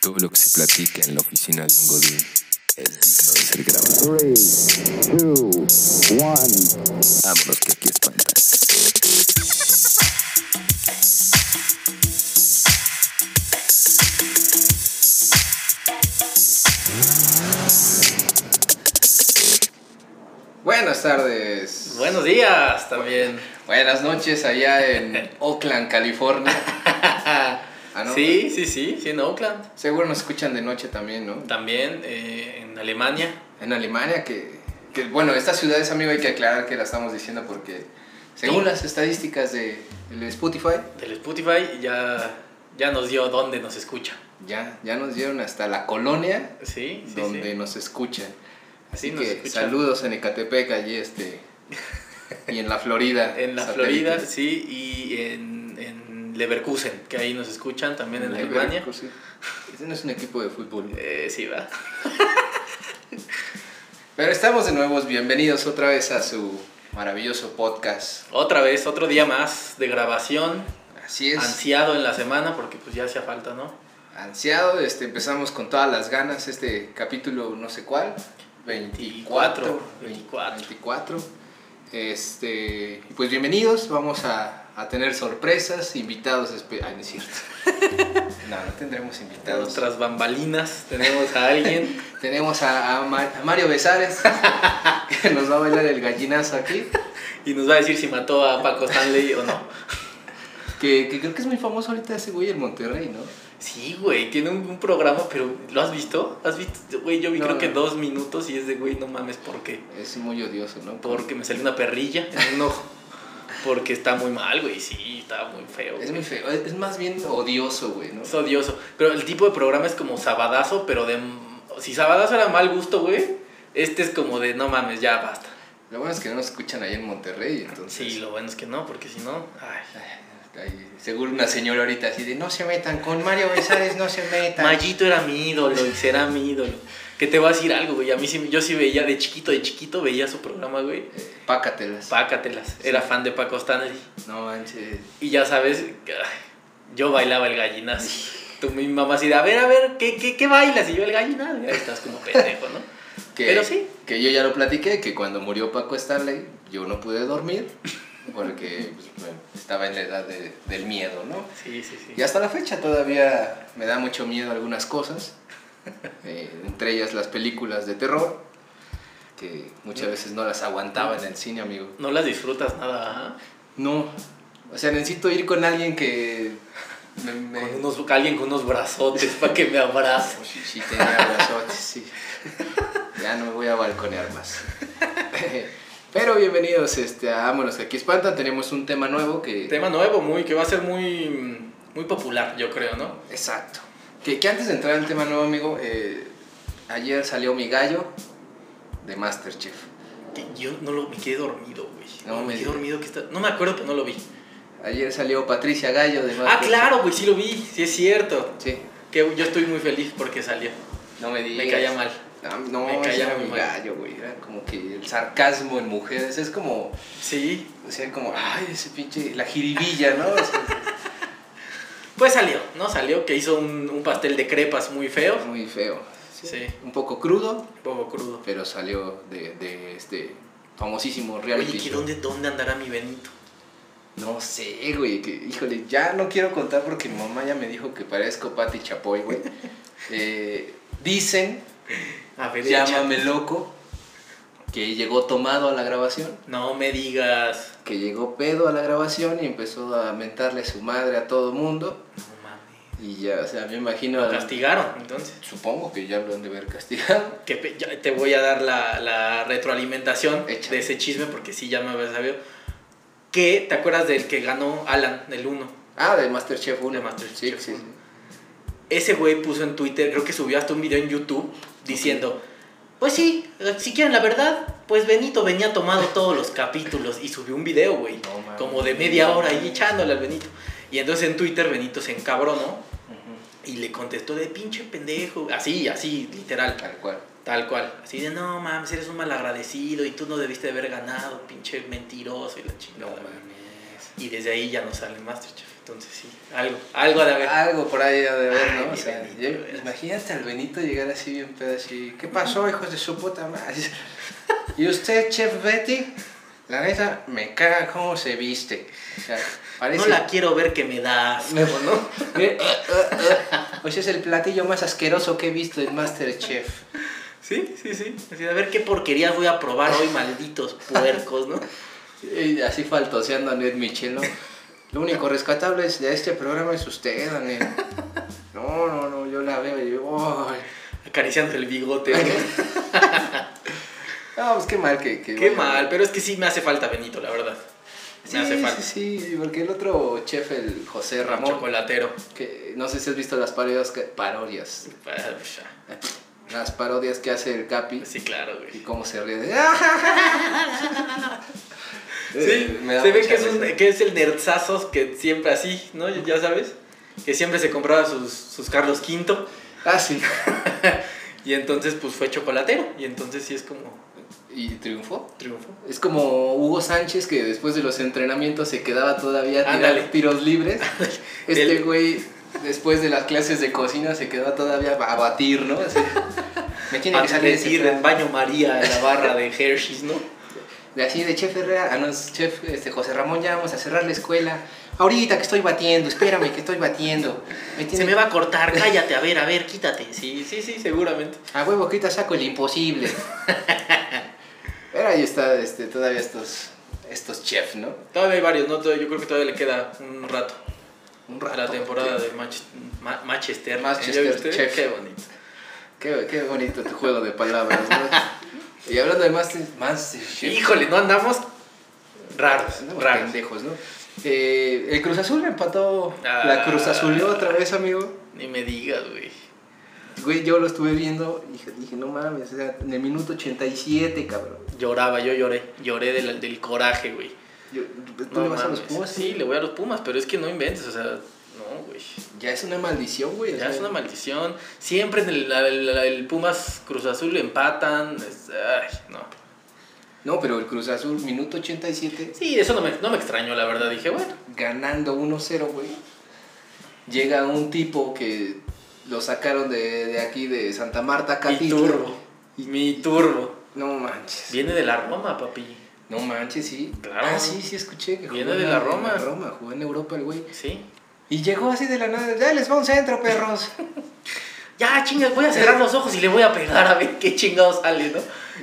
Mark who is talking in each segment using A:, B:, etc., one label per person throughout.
A: Todo lo que se platica en la oficina de un godín es digno de ser grabado.
B: 3, 2, 1.
A: Vámonos que aquí espanta.
C: Buenas tardes.
D: Buenos días también.
C: Buenas noches allá en Oakland, California. Ah, no.
D: Sí, sí, sí, sí, en Oakland.
C: Seguro nos escuchan de noche también, ¿no?
D: También eh, en Alemania.
C: En Alemania, que, que, bueno, estas ciudades, amigo, hay que aclarar que la estamos diciendo porque según las estadísticas de, del Spotify,
D: Del Spotify ya, ya nos dio dónde nos escucha.
C: ya, ya nos dieron hasta la colonia
D: Sí, sí,
C: donde
D: sí.
C: nos escuchan. Así
D: Sí, nos
C: que
D: escuchan.
C: saludos en Ecatepec, allí este. Y en la Florida.
D: En la
C: satélite.
D: Florida, sí, y en, en Leverkusen, que ahí nos escuchan también en
C: Leverkusen.
D: Alemania.
C: Ese no es un equipo de fútbol.
D: Eh, sí, va.
C: Pero estamos de nuevo, bienvenidos otra vez a su maravilloso podcast.
D: Otra vez, otro día más de grabación.
C: Así es,
D: Ansiado en la semana porque pues ya hacía falta, ¿no?
C: ansiado, este, empezamos con todas las ganas este capítulo no sé cuál, 24,
D: 24.
C: 24. Este, y pues bienvenidos, vamos a, a tener sorpresas, invitados, espe- ay, no es cierto. no, no tendremos invitados.
D: Otras bambalinas tenemos a alguien.
C: Tenemos a, a Ma- a Mario Besares, que nos va a bailar el gallinazo aquí.
D: y nos va a decir si mató a Paco Stanley o no.
C: Que, que creo que es muy famoso ahorita ese güey en Monterrey, ¿no?
D: Sí, güey, tiene un, un programa, pero ¿lo has visto? ¿Has visto? Güey, yo vi
C: No,
D: creo que
C: no.
D: dos minutos y es de, güey, no mames, ¿por qué?
C: Es muy odioso, ¿no?
D: Porque me salió una perrilla en un ojo. Porque está muy mal, güey, sí, está muy feo.
C: Es
D: güey.
C: muy feo, es es más bien odioso, güey, ¿no?
D: Es odioso. Pero el tipo de programa es como sabadazo, pero de... Si sabadazo era mal gusto, güey, este es como de, no mames, ya basta.
C: Lo bueno es que no nos escuchan ahí en Monterrey, entonces.
D: Sí, lo bueno es que no, porque si no... Ay.
C: Ahí, seguro una señora ahorita así de no se metan con Mario Besares, no se metan.
D: Mayito era mi ídolo y será mi ídolo. Que te voy a decir algo, güey. A mí sí, yo sí veía de chiquito, de chiquito, veía su programa, güey.
C: Eh, Pácatelas.
D: Pácatelas. Era fan de Paco Stanley.
C: no manches.
D: Y ya sabes, ay, yo bailaba el gallinazo. Tú, mi mamá así de, a ver, a ver, ¿qué, qué, qué bailas? Y yo el gallinazo. Y ahí estás como pendejo, ¿no?
C: Que,
D: Pero sí.
C: Que yo ya lo platiqué, que cuando murió Paco Stanley, yo no pude dormir porque pues, bueno, estaba en la edad de- del miedo, ¿no?
D: Sí, sí, sí.
C: Y hasta la fecha todavía me da mucho miedo algunas cosas, eh, entre ellas las películas de terror, que muchas veces no las aguantaba en el cine, amigo.
D: No las disfrutas nada, ¿ah?
C: No, o sea, necesito ir con alguien que me... me- Oh,
D: Con unos, alguien con unos brazotes para que me abrace.
C: Sí, sí, tenía brazotes, sí. Ya no me voy a balconear más. Pero bienvenidos este, a Vámonos que aquí espantan, tenemos un tema nuevo que...
D: Tema nuevo, muy, que va a ser muy, muy popular, yo creo, ¿no?
C: Exacto. Que, que antes de entrar al tema nuevo, amigo, eh, ayer salió mi gallo de Masterchef.
D: Que Yo no lo me quedé dormido, güey.
C: No
D: No, me
C: me
D: quedé
C: digas.
D: dormido que está. No me acuerdo, pero no lo vi.
C: Ayer salió Patricia Gallo de
D: Ah,
C: Masterchef.
D: claro, güey, sí lo vi, sí es cierto.
C: Sí,
D: Que yo estoy muy feliz porque salió.
C: no me digas.
D: Me caía mal.
C: Ah, No,
D: Me
C: me
D: caía
C: era
D: muy
C: mi
D: mal.
C: gallo, güey. Era como que el sarcasmo en mujeres. Es como,
D: Sí.
C: o sea, como, ay, ese pinche, la jiribilla, ¿no? O sea,
D: Pues salió, ¿no? Salió que hizo un, un pastel de crepas muy feo.
C: muy feo.
D: Sí.
C: Un poco crudo,
D: Un poco crudo.
C: pero salió de, de este famosísimo
D: Oye,
C: reality
D: ¿que
C: show.
D: dónde, ¿dónde andará mi Benito?
C: No sé, güey, que, híjole, ya no quiero contar porque mi mamá ya me dijo que parezco Pati Chapoy, güey. Eh, dicen,
D: A ver,
C: llámame
D: echa-
C: loco, que llegó tomado a la grabación,
D: No me digas.
C: que llegó pedo a la grabación y empezó a mentarle su madre a todo mundo.
D: No mames.
C: Y ya, o sea, me imagino...
D: Lo castigaron, entonces.
C: Supongo que ya lo han de haber castigado.
D: Que pe- ya te voy a dar la, la retroalimentación
C: Echa.
D: de ese chisme porque sí ya me habías sabido. Que te acuerdas del que ganó Alan, el 1.
C: Ah, de Masterchef 1.
D: De Masterchef
C: sí, sí,
D: uno.
C: sí.
D: Ese güey puso en Twitter, creo que subió hasta un video en YouTube diciendo, pues sí, eh, si quieren la verdad, pues Benito venía tomado todos los capítulos y subió un video, güey,
C: No mames.
D: como de media hora ahí echándole al Benito. Y entonces en Twitter Benito se encabronó y le contestó de pinche pendejo, así, así, literal,
C: Tal cual.
D: tal cual, así de no mames, eres un malagradecido y tú no debiste haber ganado, pinche mentiroso y la chingada. güey". y desde ahí ya no sale Masterchef. Entonces sí, algo, algo ha de haber.
C: Algo por ahí ha de haber, ¿no?
D: Ay,
C: O sea,
D: Benito,
C: yo-
D: ¿verdad?
C: imagínate al Benito llegar así bien pedo, así, ¿qué pasó, hijos de su puta madre? ¿Y usted, Chef Betty? La neta, me caga cómo se viste. O sea, parece...
D: No la quiero ver que me das.
C: Me- Eh, eh, eh. O sea, es el platillo más asqueroso que he visto en Masterchef.
D: Sí, sí, sí. Así, a ver qué porquerías voy a probar hoy, malditos puercos, ¿no?
C: Y así faltoseando a Ned Michelo. Lo único rescatable es- de este programa es usted, Daniel. No, no, no, yo la veo y yo... "Ay".
D: Acariciando el bigote. ¿no?
C: No, pues qué mal que... que
D: Qué
C: vaya.
D: mal, pero es que sí me hace falta Benito, la verdad. Me
C: Sí,
D: hace falta.
C: sí, sí, porque el otro chef, el José Ramón,
D: Chocolatero.
C: que no sé si has visto las parodias, que- parodias,
D: Ah, pues, ya.
C: las parodias que hace el Capi
D: Sí, claro,
C: y
D: güey.
C: cómo se ríe de...
D: Sí,
C: Eh, me da
D: se ve
C: mucha
D: que es, un-
C: risa.
D: que es el nerdzazos que siempre así, ¿no? Ya sabes. Que siempre se compraba sus, sus Carlos V.
C: Ah, sí.
D: Y entonces, pues fue chocolatero. Y entonces sí es como
C: ¿Y triunfó?
D: triunfo.
C: Es como Hugo Sánchez que después de los entrenamientos se quedaba todavía a tirar
D: Ándale.
C: tiros libres. Este
D: El-
C: güey, después de las clases de cocina, se quedaba todavía a batir, ¿no? Así, me tiene que salir ese
D: Atletir en
C: plan.
D: baño María en la barra de Hershey's, ¿no?
C: De así de chef Herrera, ah, no, es chef este, José Ramón, ya vamos a cerrar la escuela. Ahorita que estoy batiendo, espérame que estoy batiendo. Me tiene-
D: Se me va a cortar, cállate, a ver, a ver, quítate. Sí, sí, sí, seguramente.
C: A huevo, que ahorita saco el imposible. Pero ahí está este, todavía estos, estos chefs, ¿no?
D: Todavía hay varios, ¿no? Todavía- Yo creo que todavía le queda un rato.
C: Un
D: a la
C: rato.
D: temporada de Manch- Ma- Manchester.
C: Manchester,
D: ¿Ya viste?
C: chef.
D: Qué bonito.
C: Qué, qué bonito tu juego de palabras, ¿no? Y hablando de Master, Masterchef.
D: Híjole, no andamos raros,
C: Andamos
D: raros.
C: pendejos, ¿no? Eh, el Cruz Azul empató.
D: Ah.
C: La Cruz Azul otra vez, amigo.
D: Ni me digas, güey.
C: Güey, yo lo estuve viendo y dije, dije, no mames, o sea, en el minuto 87, cabrón.
D: Lloraba, yo lloré. Lloré del, del coraje, güey.
C: Yo- ¿Tú
D: No
C: le vas a los
D: mames.
C: Pumas?
D: Sí, le voy a los Pumas, pero es que no inventes, o sea, no, güey.
C: Ya es una maldición, güey. o
D: Ya es
C: sea,
D: una maldición. Siempre en el, la- la- el Pumas Cruz Azul empatan. es- ay, no.
C: No, pero el Cruz Azul, minuto 87,
D: Sí, eso no me, no me extrañó, la verdad. Dije, bueno,
C: ganando 1-0, güey. Llega un tipo que lo sacaron de, de aquí, de Santa Marta,
D: mi
C: Catitla.
D: turbo. Mi turbo.
C: No manches.
D: Viene de la Roma, papi.
C: No manches, sí.
D: Claro.
C: Ah, sí, sí, escuché que
D: Viene
C: en
D: de la Roma.
C: de la Roma, jugó en Europa el güey.
D: Sí.
C: Y llegó así de la nada. Ya les va un centro, perros.
D: Ya, chingas, voy a cerrar los ojos y le voy a pegar a ver qué chingados sale, ¿no?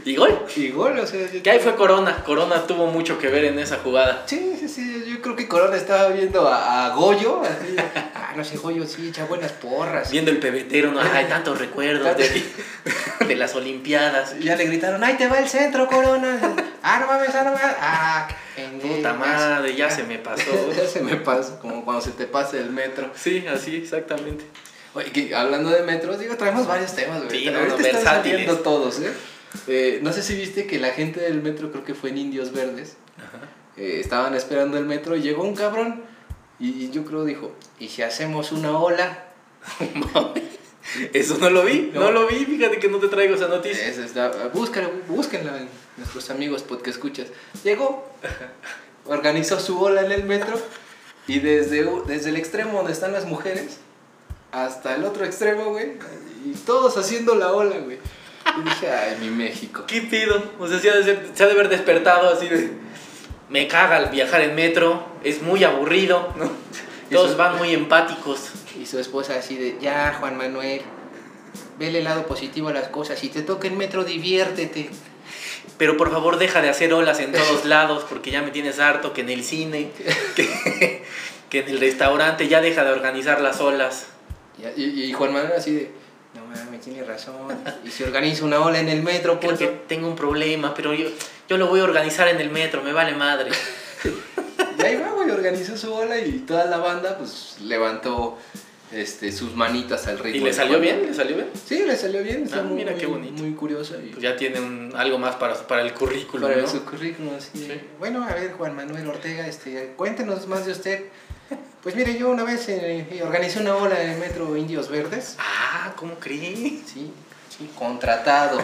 D: Y gol.
C: y gol, o sea. yo-
D: Que ahí fue Corona. Corona tuvo mucho que ver en esa jugada.
C: Sí, sí, sí. Yo creo que Corona estaba viendo a, a Goyo. así. ah, no sé, Goyo sí echa buenas porras.
D: Viendo el pebetero, ¿no? Ay, tantos recuerdos de, de las Olimpiadas.
C: Ya le gritaron, ahí te va el centro, Corona. ah, no mames, ah, no mames. Ah,
D: Puta madre, ya se me pasó.
C: Ya se me pasó, como cuando se te pasa el metro.
D: Sí, así, exactamente.
C: Oye, que hablando de metros, digo, traemos varios temas, güey.
D: Sí, no,
C: Ahorita
D: no,
C: están
D: versátiles.
C: saliendo todos, ¿eh? Eh, No sé si viste que la gente del metro, creo que fue en Indios Verdes, eh, estaban esperando el metro y llegó un cabrón y, y yo creo dijo, ¿y si hacemos una ola?
D: Eso no lo vi, no,
C: No.
D: lo vi. Fíjate que no te traigo esa noticia.
C: Esa es la- búscala, güey, búsquenla, en nuestros amigos porque escuchas. Llegó, organizó su ola en el metro y desde, u- desde el extremo donde están las mujeres hasta el otro extremo, güey, y todos haciendo la ola, güey. Y dije, ay, mi México.
D: ¿Qué pido? O sea, se ha, de ser- se ha de haber despertado así de. Me caga el viajar en metro, es muy aburrido, ¿no? Todos
C: Eso-
D: van muy empáticos.
C: Y su esposa así de, ya, Juan Manuel, vele el lado positivo a las cosas. Si te toca el metro, diviértete.
D: Pero por favor, deja de hacer olas en todos lados porque ya me tienes harto que en el cine, que, que en el restaurante, ya deja de organizar las olas.
C: Y, y- y Juan Manuel así de, no mames, tiene razón. Y se organiza una ola en el metro,
D: Creo que
C: punto.
D: tengo un problema, pero yo, yo lo voy a organizar en el metro, me vale madre.
C: Y ahí va, güey, organizó su ola y toda la banda, pues, levantó este, sus manitas al ritmo.
D: ¿Y le
C: de
D: salió
C: Juan
D: bien?
C: Manuel.
D: ¿Le salió bien?
C: Sí, le salió bien. Está
D: Ah,
C: muy,
D: mira qué
C: muy-
D: bonito.
C: Muy curioso. Y
D: Pues ya tiene un- algo más para, para el currículum.
C: para
D: ¿no?
C: su currículum, así.
D: Sí.
C: Bueno, a ver, Juan Manuel Ortega, este, cuéntenos más de usted. Pues mire, yo una vez eh, organizé una ola en el metro Indios Verdes.
D: Ah, ¿cómo crees?
C: Sí, sí, contratado.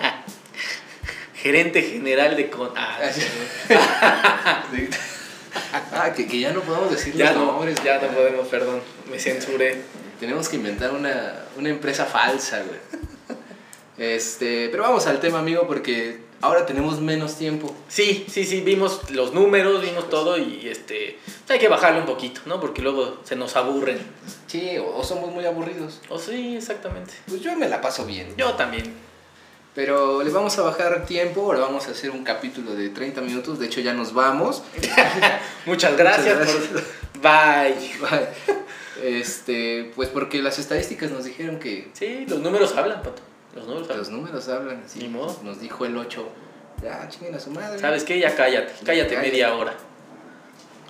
D: Gerente general de con. Ah,
C: Así. Ah, que, que ya no podemos decir
D: Ya
C: los
D: no,
C: nombres.
D: ya
C: güey.
D: no podemos, perdón. Me censuré.
C: Tenemos que inventar una, una empresa falsa, güey. Este, pero vamos al tema, amigo, porque ahora tenemos menos tiempo.
D: Sí, sí, sí, vimos los números, vimos todo y este hay que bajarle un poquito, ¿no? Porque luego se nos aburren.
C: Sí, o, o somos muy aburridos.
D: Oh, sí, exactamente.
C: Pues yo me la paso bien.
D: Yo también.
C: Pero le vamos a bajar tiempo, ahora vamos a hacer un capítulo de 30 minutos, de hecho ya nos vamos.
D: Muchas gracias.
C: Muchas
D: Por... Bye.
C: Este, pues porque las estadísticas nos dijeron que
D: Sí, los números hablan, pato. Los números
C: los
D: hablan.
C: números hablan así.
D: Ni modo.
C: Nos dijo el 8. Ya, chinguen a su madre.
D: ¿Sabes qué? Ya cállate. Cállate
C: Cállate.
D: media hora.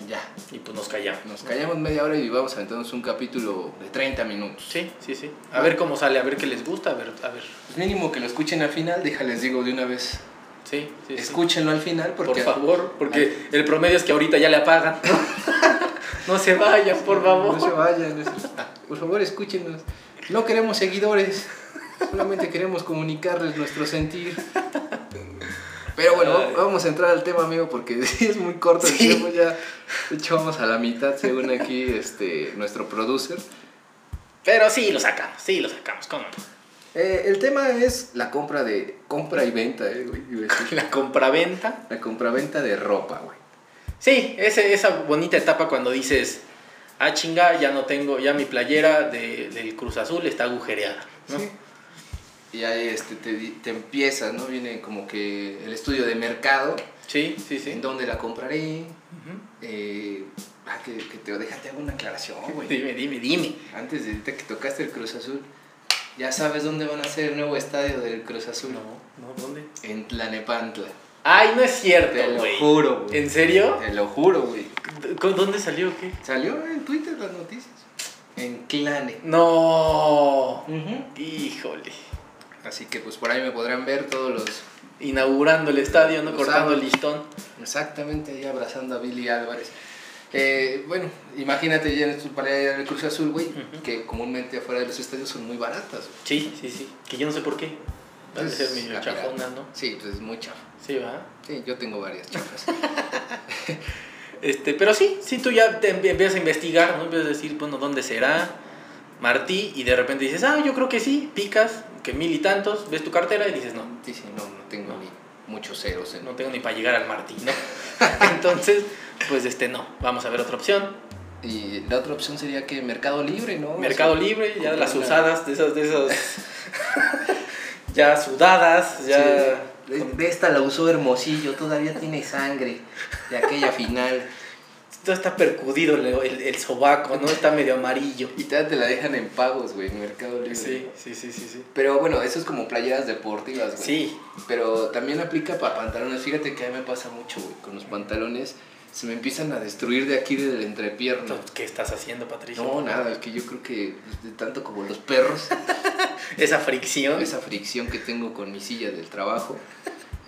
C: Ya,
D: Y pues nos callamos.
C: nos callamos media hora y vamos a entonces un capítulo de 30 minutos.
D: Sí, sí, sí. A ver cómo sale, a ver qué les gusta, a ver, a ver.
C: Pues mínimo que lo escuchen al final, déjales digo de una vez.
D: Sí, sí. sí.
C: Escúchenlo al final porque
D: Por favor, porque el promedio es que ahorita ya le apagan. no se vayan, por
C: No se
D: favor.
C: vayan. Por favor, escúchenos. No queremos seguidores. Solamente queremos comunicarles nuestro sentir. Pero bueno,
D: Ay.
C: vamos a entrar al tema, amigo, porque sí es muy corto el
D: Sí.
C: tiempo ya. De hecho, vamos a la mitad, según aquí este, nuestro producer.
D: Pero sí lo sacamos, sí lo sacamos, ¿cómo no?
C: Eh, el tema es la compra de compra y venta, eh, güey, iba a decir.
D: La compraventa.
C: La compraventa de ropa, güey.
D: Sí, ese, esa bonita etapa cuando dices, ah, chinga, ya no tengo, ya mi playera de- del Cruz Azul está agujereada. ¿no?
C: Sí. Y ahí este, te, di- te empiezas, ¿no? Viene como que el estudio de mercado.
D: sí, sí. sí.
C: ¿En dónde la compraré?
D: Ujú.
C: Eh, ah, que, que te, déjate hago una aclaración, güey.
D: Dime, dime, dime.
C: Antes de ahorita que tocaste el Cruz Azul, ya sabes dónde van a ser el nuevo estadio del Cruz Azul.
D: no, ¿dónde?
C: En Tlanepantla.
D: Ay, no es
C: Te
D: cierto,
C: lo
D: güey.
C: juro, güey.
D: ¿En serio?
C: Te lo juro, güey.
D: ¿Con- ¿Dónde salió o qué?
C: Salió en Twitter las noticias. En Clane.
D: No. Híjole.
C: Así que pues por ahí me podrán ver todos los...
D: Inaugurando el estadio, no
C: Lo
D: cortando el
C: saben.
D: listón.
C: Exactamente ahí abrazando a Billy Álvarez. Eh, bueno, imagínate ya en tu pared del Cruz Azul, güey,
D: Ujú.
C: que comúnmente afuera de los estadios son muy baratas. güey.
D: Sí, sí, sí. Que yo no sé por qué. Debe
C: Entonces,
D: ser medio
C: Pues, la pirata.
D: chafona, ¿no?
C: Sí, pues es muy chafa.
D: Sí, va.
C: Sí, yo tengo varias chafas.
D: Este, pero sí, sí tú ya te empie- empiezas a investigar, ¿no? Empiezas a decir, bueno, ¿dónde será? Martí, y de repente dices, ah, yo creo que sí, picas, que mil y tantos, ves tu cartera y dices, no,
C: Dice, no, no tengo
D: No.
C: ni muchos ceros en
D: no tengo ni para llegar al Martí, ¿no? Entonces, pues este, no, vamos a ver otra opción.
C: Y la otra opción sería que Mercado Libre, ¿no?
D: Mercado
C: O sea,
D: Libre, ya
C: comprar
D: las
C: una-
D: usadas, de esas, de esas, ya sudadas,
C: Sí,
D: ya...
C: de- de esta la usó Hermosillo, todavía tiene sangre de aquella final.
D: Todo está percudido el, el, el sobaco, ¿no? Está medio amarillo.
C: Y todavía te la dejan en pagos, güey, en Mercado Libre.
D: Sí, sí, sí, sí, sí.
C: Pero bueno, eso es como playeras deportivas, güey.
D: Sí,
C: Pero también aplica para pantalones. Fíjate que a mí me pasa mucho, güey, con los pantalones. Se me empiezan a destruir de aquí, de la entrepierna.
D: ¿qué estás haciendo, Patricio?
C: No, nada, es que yo creo que de tanto como los perros,
D: Esa fricción.
C: esa fricción que tengo con mi silla del trabajo,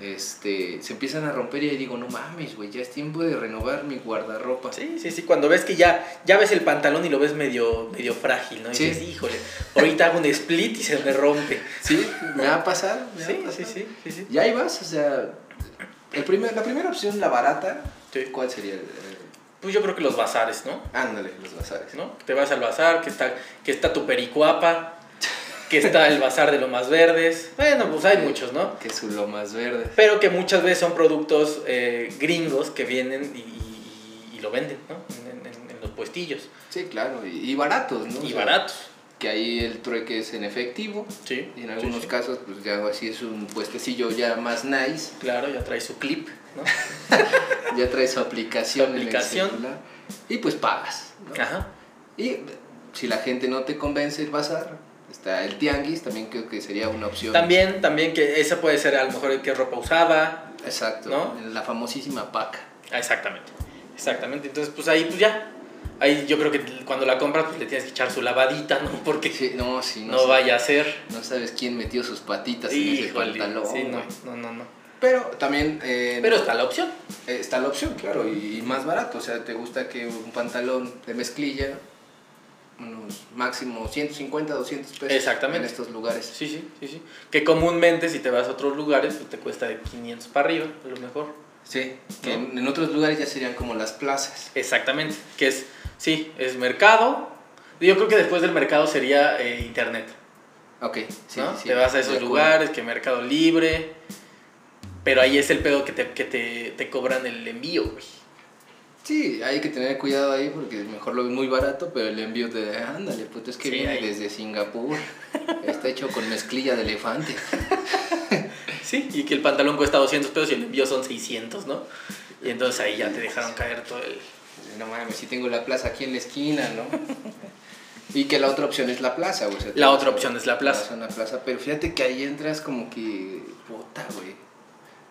C: este, se empiezan a romper y ahí digo, no mames, güey, ya es tiempo de renovar mi guardarropa.
D: Sí, sí, sí, cuando ves que ya, ya ves el pantalón y lo ves medio, medio frágil, ¿no? Y
C: Sí.
D: dices, híjole, ahorita hago un split y se me rompe.
C: Sí, me ha pasado. me ha
D: Sí,
C: pasado.
D: sí, sí, sí, sí.
C: Y ahí vas, o sea, el primer, la primera opción, la barata,
D: Sí.
C: ¿cuál sería? El, el-
D: Pues yo creo que los bazares, ¿no?
C: ándale, los bazares.
D: ¿No? Te vas al bazar, que está, que está tu pericuapa, que está el bazar de lo más verdes. Bueno, pues hay muchos, ¿no?
C: Que su lo más verde.
D: Pero que muchas veces son productos eh, gringos que vienen y, y- y lo venden, ¿no? En, en- en los puestillos.
C: Sí, claro, y, y baratos, ¿no? O
D: Y
C: sea,
D: baratos.
C: Que ahí el trueque es en efectivo.
D: Sí.
C: Y en
D: sí,
C: algunos
D: sí.
C: casos, pues ya así es un puestecillo ya más nice.
D: Claro, ya trae su clip, ¿no?
C: ya trae su aplicación,
D: Su
C: en el
D: aplicación.
C: celular, y pues pagas. ¿no?
D: Ajá.
C: Y si la gente no te convence el bazar, está el tianguis, también creo que sería una opción.
D: También, también que esa puede ser a lo mejor que ropa usada.
C: Exacto,
D: ¿No?
C: la famosísima paca.
D: Ah, exactamente. Exactamente. Entonces, pues ahí pues ya. Ahí yo creo que cuando la compras pues le tienes que echar su lavadita, ¿no? Porque
C: Sí, no, si no,
D: no
C: sabes,
D: vaya a ser.
C: no sabes quién metió sus patitas en ese
D: Híjole.
C: pantalón.
D: Sí, no,
C: güey.
D: no, no, no.
C: Pero también eh,
D: Pero está la opción.
C: eh, está la opción, claro, y, y más barato. O sea, te gusta que un pantalón de mezclilla, unos máximo 150, 200 pesos
D: Exactamente.
C: en estos lugares.
D: Sí, sí, sí, sí. Que comúnmente si te vas a otros lugares, pues te cuesta de 500 para arriba, a lo mejor.
C: Sí, que en, en otros lugares ya serían como las plazas.
D: Exactamente, que es, sí, es mercado. Yo creo que después del mercado sería eh, internet.
C: Ok, sí,
D: ¿no?
C: sí,
D: te vas a
C: de
D: esos
C: acuerdo.
D: lugares, que mercado libre. Pero ahí es el pedo que te, que te, te cobran el envío, güey.
C: Sí, hay que tener cuidado ahí porque mejor lo ven muy barato, pero el envío te da, ándale, puto, es que
D: Sí,
C: viene
D: ahí.
C: desde Singapur. Está hecho con mezclilla de elefante.
D: Sí, y que el pantalón cuesta 200 pesos y el envío son 600, ¿no? Y entonces ahí ya te dejaron caer todo el...
C: No mames, si tengo la plaza aquí en la esquina, ¿no? Y que la otra opción es la plaza, güey. o sea, te
D: La
C: vas
D: otra
C: a-
D: opción es la
C: te
D: plaza.
C: vas a una plaza, pero fíjate que ahí entras como que. Puta, güey.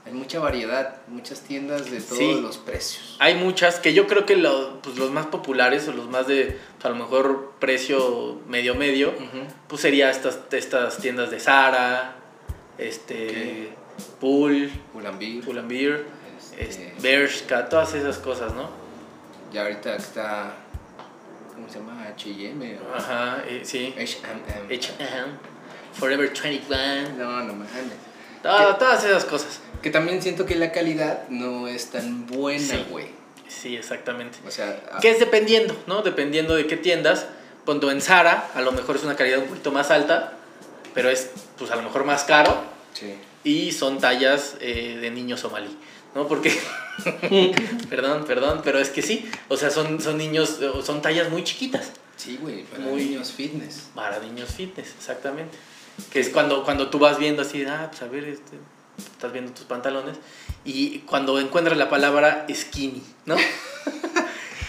C: Hay mucha variedad, muchas tiendas de todos
D: Sí.
C: los precios.
D: Hay muchas que yo creo que lo- pues, los más populares o los más de, pues, a lo mejor, precio medio-medio, pues sería estas, estas tiendas de Zara, este, Pool,
C: Pull&Bear,
D: Pull and Beer,
C: Este-
D: este, Bershka, todas esas cosas, ¿no?
C: Y ahorita está. ¿Cómo se llama? HM. o
D: Ajá, eh, sí.
C: HM.
D: H&M, Forever 21,
C: No, no mames.
D: toda- todas esas cosas.
C: Que también siento que la calidad no es tan buena,
D: Sí.
C: güey.
D: Sí, exactamente.
C: O sea, a-
D: Que es dependiendo, ¿no? Dependiendo de qué tiendas. Cuando en Zara, a lo mejor es una calidad un poquito más alta, pero es, pues, a lo mejor más caro.
C: sí.
D: Y son tallas eh, de niño somalí, ¿no? Porque. perdón, perdón, pero es que sí. O sea, son, son niños, eh, son tallas muy chiquitas.
C: Sí, güey, para
D: Muy-
C: niños fitness.
D: Para niños fitness, exactamente. Que es cuando, cuando tú vas viendo así, ah, pues a ver, este, estás viendo tus pantalones. Y cuando encuentras la palabra skinny, ¿no?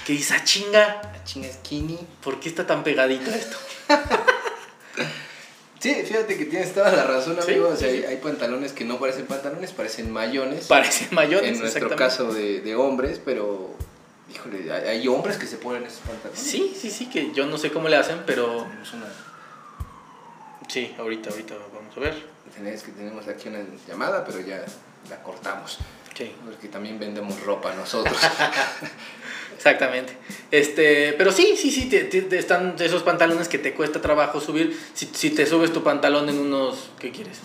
D: que dices, "Ah, chinga,
C: La chinga skinny.
D: ¿por qué está tan pegadito esto?
C: Sí, fíjate que tienes toda la razón,
D: Sí,
C: amigo. o
D: sí,
C: sea,
D: sí.
C: hay pantalones que no parecen pantalones, parecen mayones.
D: Parece mayor.
C: en nuestro caso de, de hombres, pero. Híjole, hay, hay hombres que se ponen esos pantalones.
D: Sí, sí, sí, que yo no sé cómo le hacen, pero
C: Tenemos, una,
D: sí, ahorita, ahorita vamos a ver.
C: tenés que tenemos aquí una llamada, pero ya la cortamos.
D: Sí,
C: Porque también vendemos ropa nosotros.
D: exactamente. Este, pero sí, sí, sí, te, te- te están esos pantalones que te cuesta trabajo subir. Si, si te subes tu pantalón en unos, ¿qué quieres?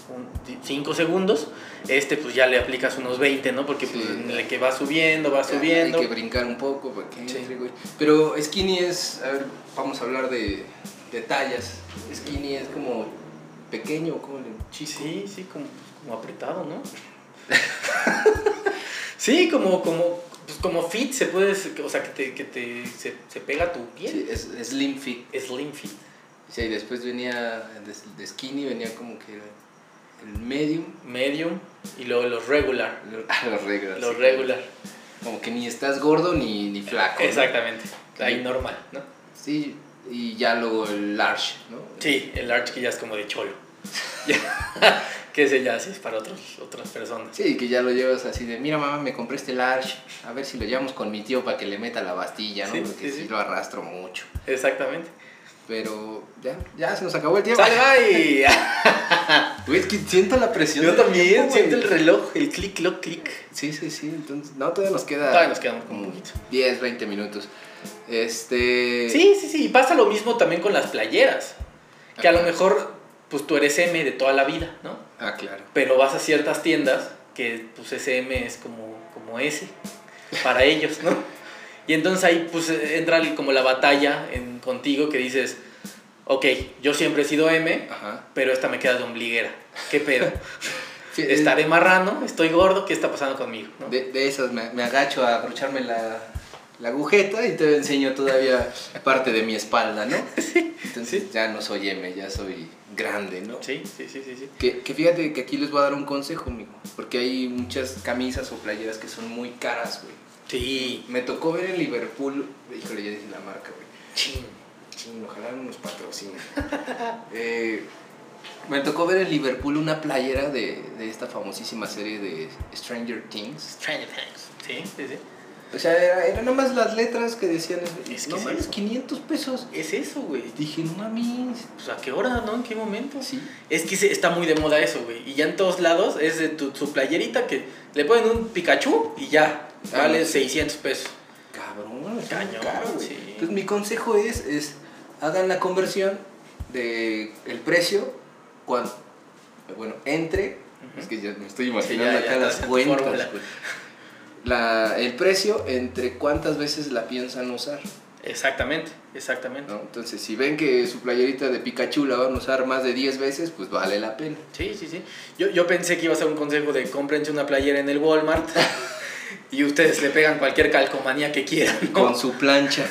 D: 5 segundos, este pues ya le aplicas unos 20, ¿no? Porque pues,
C: Sí.
D: en el que va subiendo, va
C: Ya,
D: subiendo.
C: Hay que brincar un poco para que
D: Sí.
C: entre, güey. Pero skinny es, a ver, vamos a hablar de, de tallas. Skinny es como pequeño, como le- chico.
D: Sí, sí, como, como apretado, ¿no? sí, como, como, pues como fit se puede, o sea, que te, que te se, se pega a tu piel.
C: Sí, es es slim fit.
D: Slim fit.
C: Sí, y después venía de, de skinny, venía como que era el medium.
D: Medium y luego los regular.
C: lo- ah, Los regular.
D: Los
C: sí.
D: regular.
C: Como que ni estás gordo ni, ni flaco. ¿no?
D: Exactamente. Ahí
C: Sí.
D: normal, ¿no?
C: Sí, y ya luego el large, ¿no?
D: Sí, el arch que ya es como de cholo. que ese ya sí es para otros, otras personas.
C: Sí, que ya lo llevas así de, mira mamá, me compré este large, a ver si lo llevamos con mi tío para que le meta la bastilla, ¿no?
D: Sí,
C: Porque
D: sí, sí.
C: sí lo arrastro mucho.
D: Exactamente.
C: Pero ya, ya se nos acabó el tiempo.
D: Sale, bye.
C: Güey, es que siento la presión.
D: Yo
C: del
D: también
C: tiempo, güey.
D: siento el reloj, el clic, clock, clic.
C: Sí, sí, sí. Entonces, no, todavía nos queda.
D: Todavía nos quedamos con un poquito.
C: 10, 20 minutos. Este.
D: Sí, sí, sí. Y pasa lo mismo también con las playeras. Que a lo mejor, pues tú eres M de toda la vida, ¿no?
C: Ah, claro.
D: Pero vas a ciertas tiendas que, pues, ese M es como, como S para ellos, ¿no? Y entonces ahí, pues, entra el- como la batalla en, contigo que dices, ok, yo siempre he sido M,
C: Ajá.
D: pero esta me queda de ombliguera. ¿Qué pedo?
C: Sí, es-
D: ¿Estaré marrano? ¿Estoy gordo? ¿Qué está pasando conmigo? ¿no?
C: De, de esas me, me agacho a abrocharme la, la agujeta y te enseño todavía parte de mi espalda, ¿no? Entonces ya no soy M, ya soy grande, ¿no?
D: Sí, sí, sí, sí, sí.
C: Que, que fíjate que aquí les voy a dar un consejo, amigo. Porque hay muchas camisas o playeras que son muy caras, güey.
D: Sí.
C: Me tocó ver en Liverpool, híjole, ya dije la marca, güey.
D: Chin.
C: Ching, ojalá no nos patrocinen. Eh, me tocó ver en Liverpool una playera de, de esta famosísima serie de Stranger Things.
D: Stranger Things. Sí, sí, sí.
C: O sea, era, eran nada más las letras que decían,
D: Es que
C: no
D: es
C: mames,
D: eso.
C: 500 pesos.
D: Es eso, güey.
C: Dije, no mames.
D: Pues, ¿A qué hora, no? ¿En qué momento?
C: Sí.
D: Es que se- está muy de moda eso, güey. Y ya en todos lados es de tu, su playerita que le ponen un Pikachu y ya.
C: Ah,
D: Vale
C: no, sí.
D: 600 pesos.
C: Cabrón, es
D: Cañón,
C: caro, güey.
D: sí.
C: Entonces mi consejo es, es hagan la conversión de el precio cuando bueno, entre es que ya me estoy imaginando
D: ya
C: acá las
D: estás en tu
C: cuentas.
D: fórmula.
C: güey.
D: pues.
C: la, el precio entre cuántas veces la piensan usar.
D: Exactamente, exactamente.
C: ¿no? Entonces, si ven que su playerita de Pikachu la van a usar más de 10 veces, pues vale la pena.
D: Sí, sí, sí. Yo, yo pensé que iba a ser un consejo de cómprense una playera en el Walmart y ustedes le pegan cualquier calcomanía que quieran ¿no?
C: Con su plancha.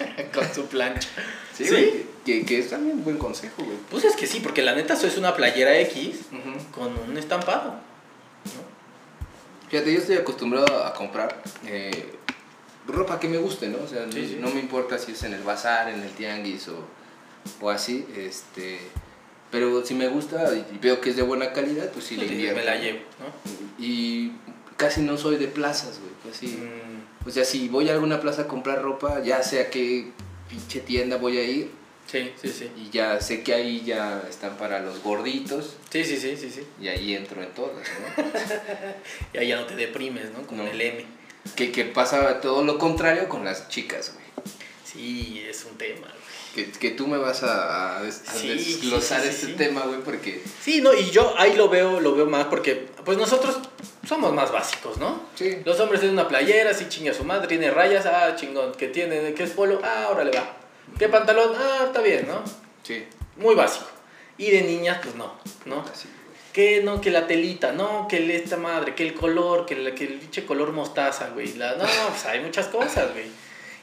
D: con su plancha.
C: Sí,
D: Sí.
C: güey, Que, que es también un buen consejo, güey.
D: Pues es que sí, porque la neta eso es una playera X
C: Ujú.
D: con un estampado.
C: Fíjate, yo estoy acostumbrado a comprar eh, ropa que me guste, ¿no? O sea,
D: Sí,
C: no,
D: sí.
C: no me importa si es en el bazar, en el tianguis o, o así, este... Pero si me gusta y veo que es de buena calidad, pues sí le
D: Y
C: invierto.
D: me la llevo, ¿no?
C: Y casi no soy de plazas, güey, casi...
D: Mm,
C: O sea, si voy a alguna plaza a comprar ropa, ya sé a qué pinche tienda voy a ir
D: Sí, sí, sí.
C: y ya sé que ahí ya están para los gorditos
D: Sí, sí, sí, sí, sí.
C: y ahí entro en todas, ¿no?
D: Y ahí ya no te deprimes, ¿no? Como
C: No.
D: el M.
C: que, que pasa todo lo contrario con las chicas, güey.
D: Sí, es un tema. güey.
C: Que, que tú me vas a, a des- a
D: Sí,
C: desglosar
D: sí, sí,
C: este
D: sí.
C: tema, güey, porque...
D: Sí, no, y yo ahí lo veo, lo veo más porque pues nosotros somos más básicos, ¿no?
C: Sí.
D: Los hombres tienen una playera, sí chinga su madre, tiene rayas, ah, chingón, que tiene, que es polo, ah, órale va. ¿Qué pantalón? Ah, está bien, ¿no?
C: Sí.
D: Muy básico. Y de niñas, pues no, ¿no?
C: Así, güey.
D: Que no, que la telita, no, que el- esta madre, que el color, que, la- que el pinche color mostaza, güey. La, no, no, pues hay muchas cosas, güey.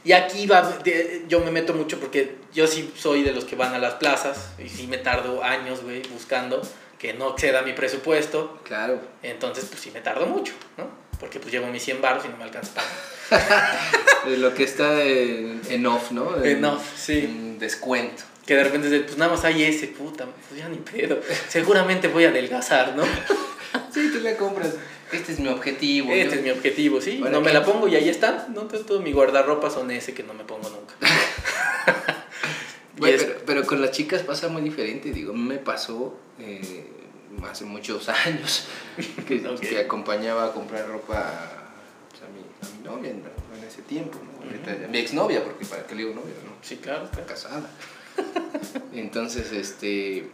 D: Y aquí va, de- yo me meto mucho porque yo sí soy de los que van a las plazas y sí me tardo años, güey, buscando que no exceda mi presupuesto.
C: Claro.
D: Entonces, pues sí me tardo mucho, ¿no? Porque pues llevo mis 100 baros y no me alcanza para
C: Eh, Lo que está en, en off, ¿no?
D: En off, sí.
C: En descuento.
D: Que de repente, pues nada más hay ese, puta, pues ya ni pedo. Seguramente voy a adelgazar, ¿no?
C: Sí, tú la compras. Este es mi objetivo.
D: Este
C: yo-
D: es mi objetivo, sí.
C: Bueno,
D: No me
C: ¿qué?
D: la pongo y ahí está. No, todo, todo mi guardarropa son ese que no me pongo nunca. Y
C: Güey,
D: es-
C: pero, pero con las chicas pasa muy diferente, digo, me pasó eh, hace muchos años que,
D: Ok.
C: que acompañaba a comprar ropa pues, a, mi, a mi novia en, en ese tiempo, ¿no? Ahorita ya- mi exnovia, porque para qué le digo novia, ¿no?
D: Sí, claro.
C: Está casada. Entonces, este,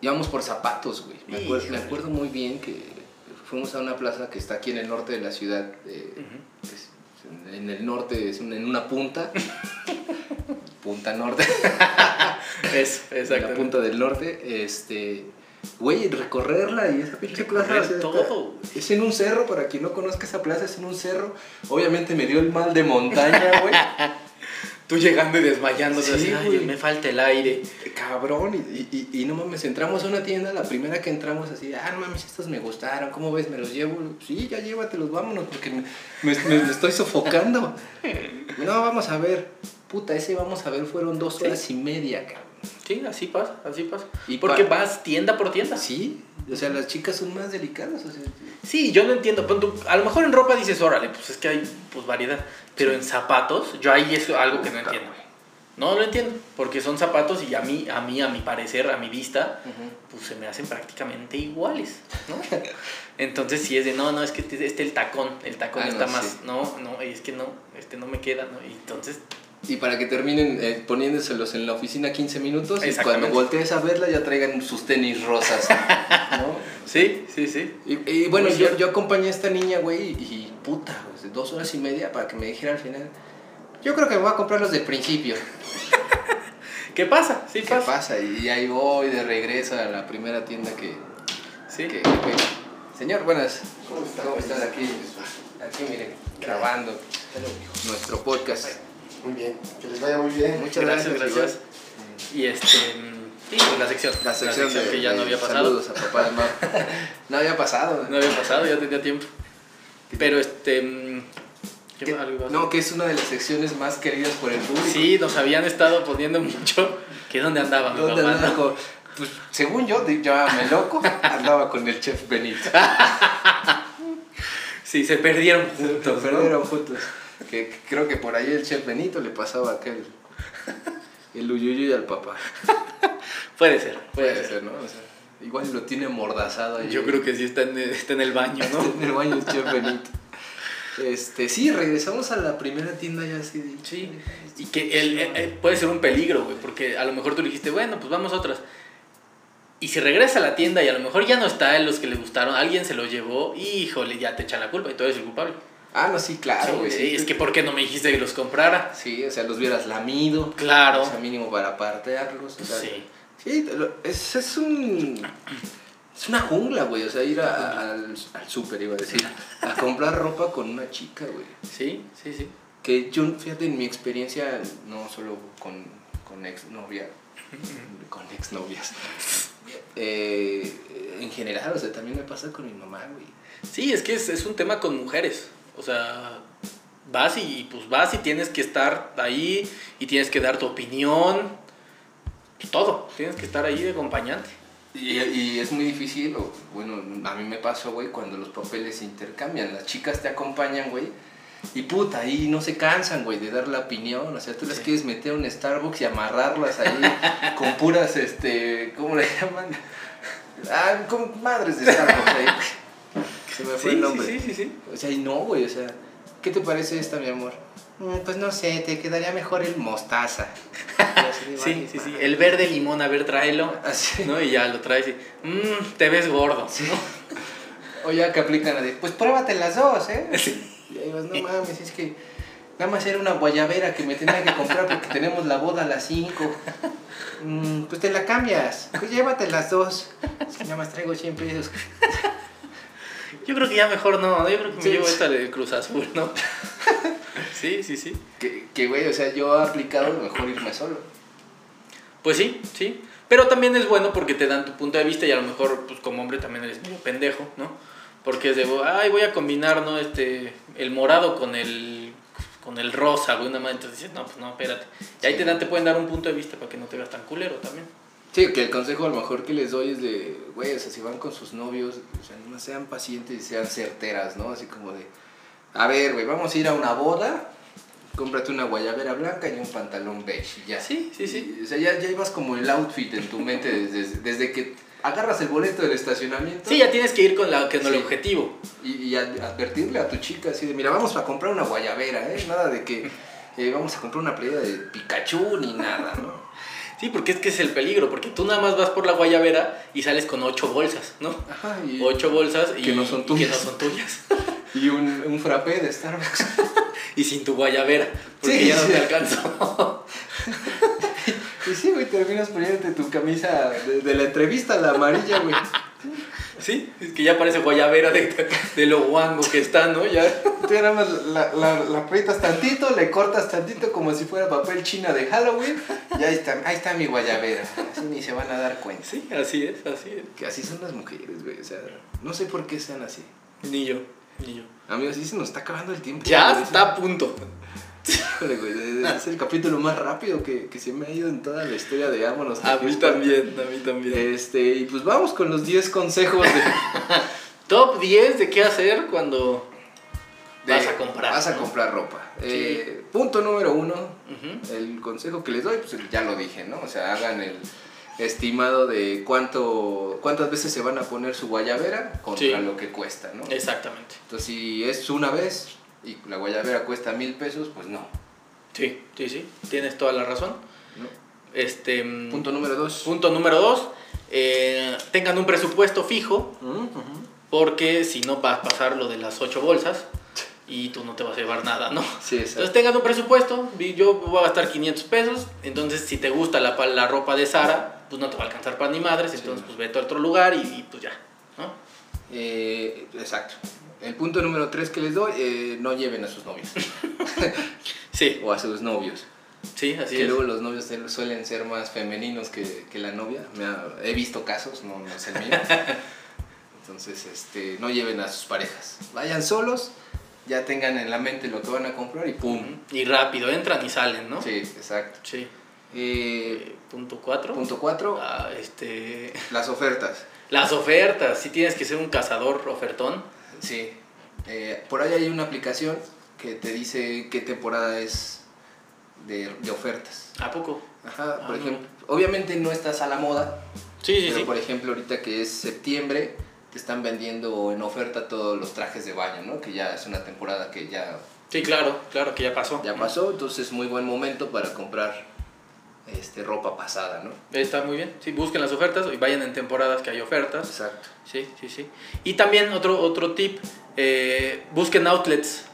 C: íbamos por zapatos, güey. Me, acuer- me
D: Híjole.
C: acuerdo muy bien que fuimos a una plaza que está aquí en el norte de la ciudad. eh, es- en el norte, es un- en una punta. punta norte.
D: Eso,
C: en la
D: exactamente.
C: punta del norte, este, güey, recorrerla y esa pinche plaza.
D: Recorrer
C: o sea,
D: todo, güey.
C: Es en un cerro, para quien no conozca esa plaza, es en un cerro. Obviamente me dio el mal de montaña, güey.
D: Tú llegando y desmayándote
C: Sí,
D: así, ay,
C: güey.
D: Dios, me falta el aire.
C: Cabrón, y, y- y no mames, entramos a una tienda, la primera que entramos así, ah, no mames, estos me gustaron, ¿cómo ves? ¿Me los llevo? Sí, ya llévatelos, vámonos, porque me, me- me- me estoy sofocando. No, vamos a ver. Puta, ese vamos a ver fueron dos horas y media, cabrón.
D: Sí, así pasa, así pasa.
C: Y
D: ¿Y porque
C: pa-
D: vas tienda por tienda.
C: Sí, o sea, las chicas son más delicadas, o sea,
D: Sí, yo no entiendo. Pon tú- a lo mejor en ropa dices, órale, pues es que hay pues, variedad. Pero en zapatos, yo ahí es algo que no
C: Puta,
D: entiendo.
C: güey.
D: No lo entiendo, porque son zapatos y a mí, a mí, a mi parecer, a mi vista, pues se me hacen prácticamente iguales, ¿no? Entonces sí es de, no, no, es que este, este el tacón, el tacón
C: Ah, no,
D: está más,
C: sí.
D: no, no, es que no, este no me queda, ¿no? Y entonces,
C: Y para que terminen eh, poniéndoselos en la oficina 15 minutos y
D: Exactamente.
C: cuando voltees a verla ya traigan sus tenis rosas. ¿no?
D: sí, sí, sí.
C: y, y bueno,
D: Muy
C: yo,
D: cierto.
C: yo acompañé a esta niña, güey, y, y puta, güey, dos horas y media para que me dijera al final, yo creo que me voy a comprar los del principio.
D: ¿Qué pasa? Sí
C: ¿Qué
D: pasa.
C: pasa? Y ahí voy de regreso a la primera tienda que...
D: Sí.
C: que- que pega. Señor, buenas. ¿Cómo estás? Aquí, aquí miren, grabando nuestro podcast.
E: Muy bien, que les vaya muy bien.
C: Muchas
D: gracias,
C: gracias.
D: gracias.
C: igual.
D: Y este, sí, pues la sección,
C: La sección, de-
D: que ya no
C: de
D: había pasado.
C: Saludos a papá de Mau. No había pasado.
D: No había pasado, ya tenía tiempo. Pero este. mm, ¿qué
C: Que-
D: más? ¿Algo más?
C: no, que es una de las secciones más queridas por el público.
D: Sí, nos habían estado poniendo mucho. ¿Que dónde andaban? mi
C: ¿Dónde
D: papá,
C: andaba
D: no?
C: con- pues, según yo, de- ya me loco, andaba con el chef Benito.
D: Sí, se perdieron juntos.
C: Los perdieron juntos. Que que creo que por ahí el chef Benito le pasaba aquel. El uyuyuy al papá.
D: Puede ser, puede,
C: Puede
D: ser.
C: ser, ¿no? O sea, igual lo tiene mordazado ahí.
D: Pues, Yo creo que sí está en, está en el baño, ¿no?
C: En el baño el chef Benito. Este, sí, regresamos a la primera tienda ya así de.
D: Sí. Y que el- el- el- puede ser un peligro, güey, porque a lo mejor tú le dijiste, bueno, pues vamos a otras. Y si regresa a la tienda y a lo mejor ya no está en los que le gustaron, alguien se lo llevó, híjole, ya te echan la culpa y tú eres el culpable.
C: Ah, no, sí, claro, güey.
D: Sí, es que ¿por qué no me dijiste que los comprara?
C: Sí, o sea, los hubieras lamido.
D: Claro. Pues
C: O sea, mínimo para partearlos. o sea,
D: Sí.
C: Sí, te lo- es, es un. Es una jungla, güey. O sea, ir a- al, al súper, iba a decir. A comprar ropa con una chica, güey.
D: Sí, sí, sí.
C: Que yo, fíjate, en mi experiencia, no solo con, con ex novia, con ex novias. en general, o sea, también me pasa con mi mamá, güey.
D: Sí, es que es, es un tema con mujeres. O sea, vas y pues vas y tienes que estar ahí y tienes que dar tu opinión. Pues, todo. Tienes que estar ahí de acompañante.
C: Y, y es muy difícil, o, bueno, a mí me pasó, güey, cuando los papeles se intercambian, las chicas te acompañan, güey, y puta, ahí no se cansan, güey, de dar la opinión, o sea, tú las
D: Sí.
C: quieres meter a un Starbucks y amarrarlas ahí con puras, este, ¿cómo le llaman? Ah, con madres de Starbucks ahí. Se me fue el nombre.
D: sí, sí, sí.
C: O sea, y no, güey, o sea, ¿qué te parece esta, mi amor? "Mm, Pues no sé, te quedaría mejor el mostaza. Y así de,
D: Sí,
C: "Vale,
D: sí, sí.
C: madre".
D: El verde limón, a ver, tráelo.
C: Así.
D: ¿no? Y ya lo traes y. "Mm, te ves gordo. ¿no?
C: O ya que aplican la de, pues pruébate las dos, ¿eh? Y ahí vas, no mames, es que nada más era una guayabera que me tenía que comprar porque tenemos la boda a las 5. Mm, pues te la cambias, pues llévate las dos. Es que nada más traigo 100 pesos.
D: Yo creo que ya mejor no. ¿no? Yo creo que me
C: Sí.
D: llevo esta de Cruz Azul, ¿no? sí, sí, sí.
C: Que, que, güey, o sea, yo he aplicado mejor irme solo.
D: Pues sí, sí. Pero también es bueno porque te dan tu punto de vista y a lo mejor, pues como hombre también eres medio pendejo, ¿no? Porque es de, ay, voy a combinar, ¿no? Este, el morado con el, con el rosa, güey, una madre. Entonces dices, no, pues no, espérate. Y ahí
C: Sí.
D: te, dan, te pueden dar un punto de vista para que no te veas tan culero también.
C: Sí, que el consejo a lo mejor que les doy es de, güey, o sea, si van con sus novios, o sea, no sean pacientes y sean certeras, ¿no? Así como de, a ver, güey, vamos a ir a una boda, cómprate una guayabera blanca y un pantalón beige y ya.
D: Sí, sí, sí.
C: Y, o sea, ya, ya ibas como el outfit en tu mente desde, desde que agarras el boleto del estacionamiento
D: Sí, ya tienes que ir con, la, con el
C: Sí.
D: objetivo.
C: y, y ad- advertirle a tu chica así de, mira, vamos a comprar una guayabera, ¿eh? Nada de que eh, vamos a comprar una playera de Pikachu ni nada, ¿no?
D: Sí, porque es que es el peligro, porque tú nada más vas por la guayabera y sales con ocho bolsas, ¿no?
C: Ajá, y,
D: Ocho bolsas y
C: Que no son
D: y
C: tuyas.
D: que no son tuyas.
C: y un, un frappé de Starbucks.
D: y sin tu guayabera, porque
C: Sí,
D: ya no
C: sí.
D: te alcanzó.
C: Y sí, güey, terminas poniéndote tu camisa de, de la entrevista, la amarilla, güey.
D: Sí, es que ya parece guayabera de, de lo guango que está, ¿no? Ya.
C: Tú nada más la, la, la aprietas tantito, le cortas tantito como si fuera papel china de Halloween. Y ahí está, ahí está mi guayabera. Así ni se van a dar cuenta.
D: Sí, así es, así es.
C: Que así son las mujeres, güey. O sea, no sé por qué sean así.
D: Ni yo, ni yo.
C: Amigos, sí se nos está acabando el tiempo.
D: Ya
C: güey.
D: está a punto.
C: Híjole, güey, es el capítulo más rápido que, que se me ha ido en toda la historia de Ámonos.
D: A mí también, a mí también.
C: Este, y pues vamos con los 10 consejos de...
D: Top 10 de qué hacer cuando
C: de-
D: vas a comprar.
C: Vas a
D: ¿no?
C: comprar ropa.
D: Sí.
C: Eh, punto número uno,
D: Ujú.
C: el consejo que les doy, pues ya lo dije, ¿no? O sea, hagan el estimado de cuánto, cuántas veces se van a poner su guayabera contra
D: Sí.
C: lo que cuesta, ¿no?
D: Exactamente.
C: Entonces, si es una vez y la guayabera cuesta mil pesos, pues no.
D: Sí, sí, sí. Tienes toda la razón.
C: ¿no?
D: Este. mm,
C: Punto número dos.
D: punto número 2. tengan un presupuesto fijo.
C: Mm, ujú.
D: Porque si no vas a pasar lo de las ocho bolsas y tú no te vas a llevar nada, ¿no?
C: Sí,
D: Entonces
C: exacto.
D: tengan un presupuesto, vi- yo voy a gastar 500 pesos, entonces si te gusta la, pa- la ropa de Sara, pues no te va a alcanzar para ni madres,
C: Sí.
D: entonces pues vete a otro lugar y, y, pues ya, ¿no?
C: Eh, exacto. El punto número tres que les doy, eh, no lleven a sus novios
D: Sí,
C: o a sus novios.
D: sí, así
C: que
D: es.
C: luego los novios se- suelen ser más femeninos que, que la novia. Me ha- he visto casos, no, no es el mío. Entonces, este, no lleven a sus parejas. Vayan solos, ya tengan en la mente lo que van a comprar y ¡pum!
D: Y rápido, entran y salen, ¿no?
C: Sí, exacto.
D: Sí.
C: Eh,
D: Eh, punto 4.
C: punto cuatro,
D: este,
C: las ofertas.
D: las ofertas, si tienes que ser un cazador ofertón.
C: Sí. Eh, por ahí hay una aplicación que te dice qué temporada es de, de ofertas.
D: ¿A poco?
C: Ajá, por
D: Ah, no.
C: ejemplo. Obviamente no estás a la moda,
D: Sí, sí,
C: Pero
D: sí.
C: por ejemplo, ahorita que es septiembre, te están vendiendo en oferta todos los trajes de baño, ¿no? Que ya es una temporada que ya,
D: Sí, claro, claro que ya pasó.
C: ya pasó, entonces es muy buen momento para comprar este, ropa pasada, ¿no?
D: Está muy bien. Sí, busquen las ofertas y vayan en temporadas que hay ofertas.
C: Exacto.
D: Sí, sí, sí. Y también otro, otro tip, eh, busquen outlets.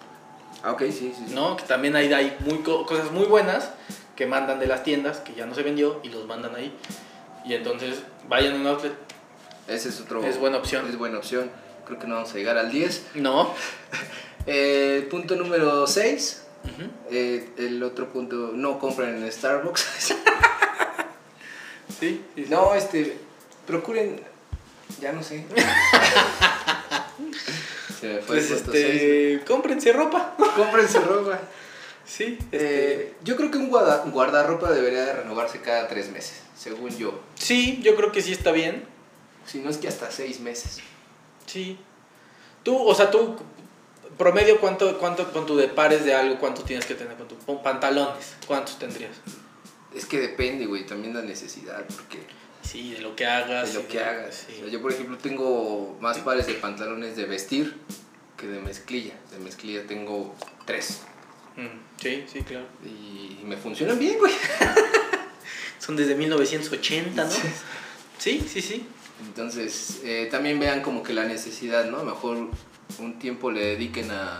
C: Ah, ok, sí, sí. sí.
D: ¿no? Que también hay, hay muy, co- cosas muy buenas que mandan de las tiendas, que ya no se vendió, y los mandan ahí. Y entonces vayan a un outlet.
C: Ese es otro.
D: Es buena opción.
C: Es buena opción. Creo que no vamos a llegar al 10.
D: No.
C: Eh, punto número 6.
D: Ujú.
C: el otro punto, no compren en Starbucks.
D: Sí, sí, sí.
C: no, este, procuren, ya no sé. Se me fue el
D: Pues
C: punto seis.
D: este, cómprense ropa.
C: Compren su ropa.
D: Sí, este,
C: Eh, yo creo que un guarda- guardarropa debería de renovarse cada tres meses, según yo.
D: sí, yo creo que sí está bien.
C: Si no es que hasta seis meses.
D: Sí. Tú, o sea, tú promedio cuánto cuánto con tu de pares de algo, cuánto tienes que tener con tu con pantalones, cuántos tendrías.
C: Es que depende, güey, también la necesidad, porque
D: Sí, de lo que hagas,
C: de lo
D: y
C: que hagas.
D: Ah, sí.
C: O sea, yo, por ejemplo, tengo más pares de pantalones de vestir que de mezclilla. De mezclilla tengo tres.
D: Mm, sí, sí, claro.
C: Y me funcionan bien, güey.
D: Son desde 1980, ¿no? Sí, sí, sí.
C: Entonces, eh, también vean como que la necesidad, ¿no? A lo mejor un tiempo le dediquen a,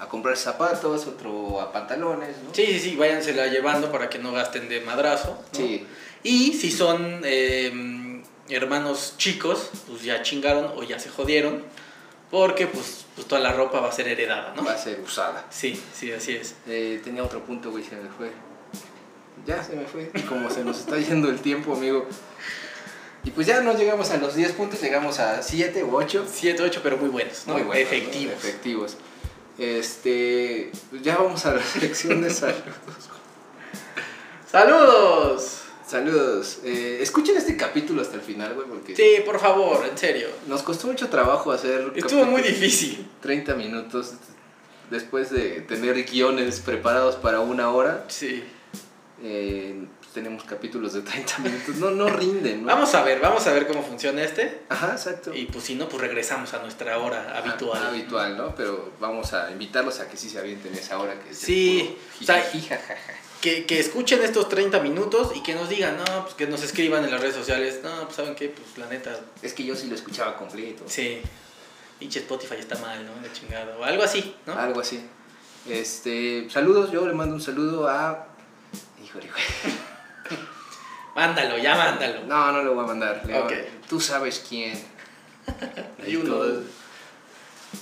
C: a comprar zapatos, otro a pantalones, ¿no?
D: Sí, sí, sí, váyansela llevando para que no gasten de madrazo. ¿no?
C: Sí.
D: Y si son eh, hermanos chicos, pues ya chingaron o ya se jodieron, porque pues, pues toda la ropa va a ser heredada, ¿no?
C: Va a ser usada.
D: Sí, sí, así es.
C: Eh, tenía otro punto, güey, se me fue. Ya se me fue. Y como se nos está yendo el tiempo, amigo. Y pues ya no llegamos a los 10 puntos, llegamos a 7 u 8.
D: Siete, ocho, pero muy buenos, ¿no?
C: Muy buenos, ¿no?
D: Efectivos.
C: Efectivos. Este, pues ya vamos a la sección de saludos.
D: ¡Saludos!
C: saludos. Eh, escuchen este capítulo hasta el final, güey, porque
D: Sí, por favor, en serio.
C: nos costó mucho trabajo hacer
D: Estuvo muy
C: capítulos.
D: difícil.
C: 30 minutos después de tener guiones preparados para una hora.
D: Sí.
C: eh, pues, tenemos capítulos de 30 minutos. No, no rinden, ¿no?
D: Vamos a ver, vamos a ver cómo funciona este.
C: Ajá, exacto.
D: Y pues si no, pues regresamos a nuestra hora habitual.
C: Ah, habitual, ¿no? Pero vamos a invitarlos a que sí se avienten esa hora que es de
D: Sí,
C: puro
D: o sea,
C: jijiji, jajaja.
D: Que, que escuchen estos 30 minutos y que nos digan, no, pues que nos escriban en las redes sociales, no, pues saben qué, pues la neta,
C: Es que yo sí lo escuchaba completo.
D: sí, pinche Spotify está mal, ¿no? De chingado, o algo así, ¿no?
C: Algo así. Este, saludos, yo le mando un saludo a Híjole, güey.
D: Mándalo, ya mándalo.
C: No, no le voy a mandar. le voy a-
D: Ok.
C: Tú sabes quién.
D: Hay uno.
C: Todo.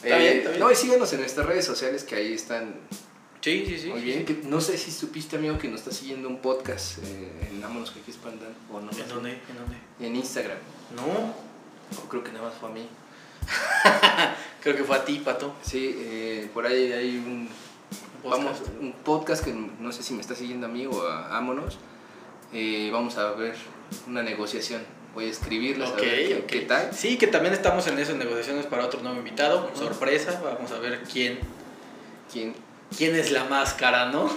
D: Está
C: Eh,
D: bien, está bien.
C: No, y síganos en nuestras redes sociales que ahí están
D: Sí, sí, sí.
C: muy
D: sí,
C: bien.
D: sí.
C: Que no sé si supiste, amigo, que nos está siguiendo un podcast eh, en Vámonos que aquí espantan o no.
D: ¿En dónde? ¿En dónde?
C: En Instagram.
D: No,
C: O creo que nada más fue a mí.
D: creo que fue a ti, Pato.
C: Sí, eh, por ahí hay un
D: Podcast.
C: Vamos, un podcast que no sé si me está siguiendo a mí o a Ámonos. Eh, vamos a ver una negociación. Voy a escribirles
D: Ok,
C: a ver qué,
D: ok.
C: qué tal.
D: Sí, que también estamos en eso, en negociaciones para otro nuevo invitado, sorpresa, vamos a ver quién,
C: ¿Quién,
D: quién es la máscara, ¿no?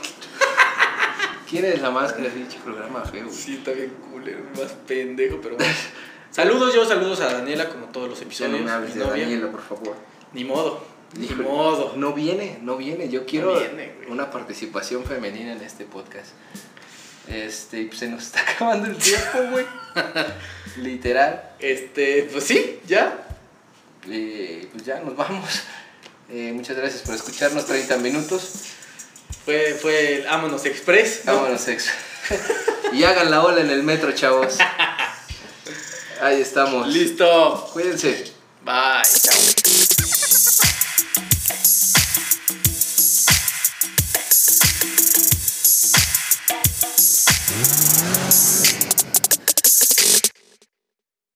C: quién es la máscara de dicho programa feo? güey?
D: Sí, está bien culero, más pendejo, pero bueno. Saludos yo, saludos a Daniela, como todos los
C: Ya
D: episodios.
C: no me hables
D: mi
C: de
D: novia.
C: Daniela, por favor.
D: Ni modo, ni
C: Híjole,
D: modo.
C: No viene, no viene. Yo quiero
D: viene, güey.
C: una participación femenina en este podcast. Este, pues, se nos está acabando el tiempo, güey. Literal.
D: Este, pues sí, ya.
C: Eh, pues ya nos vamos. Eh, muchas gracias por escucharnos 30 minutos.
D: Fue, fue el Ámonos Express. ¿no?
C: Vámonos, sexo. y hagan la ola en el metro, chavos. Ahí estamos.
D: Listo.
C: Cuídense.
D: Bye. Chao.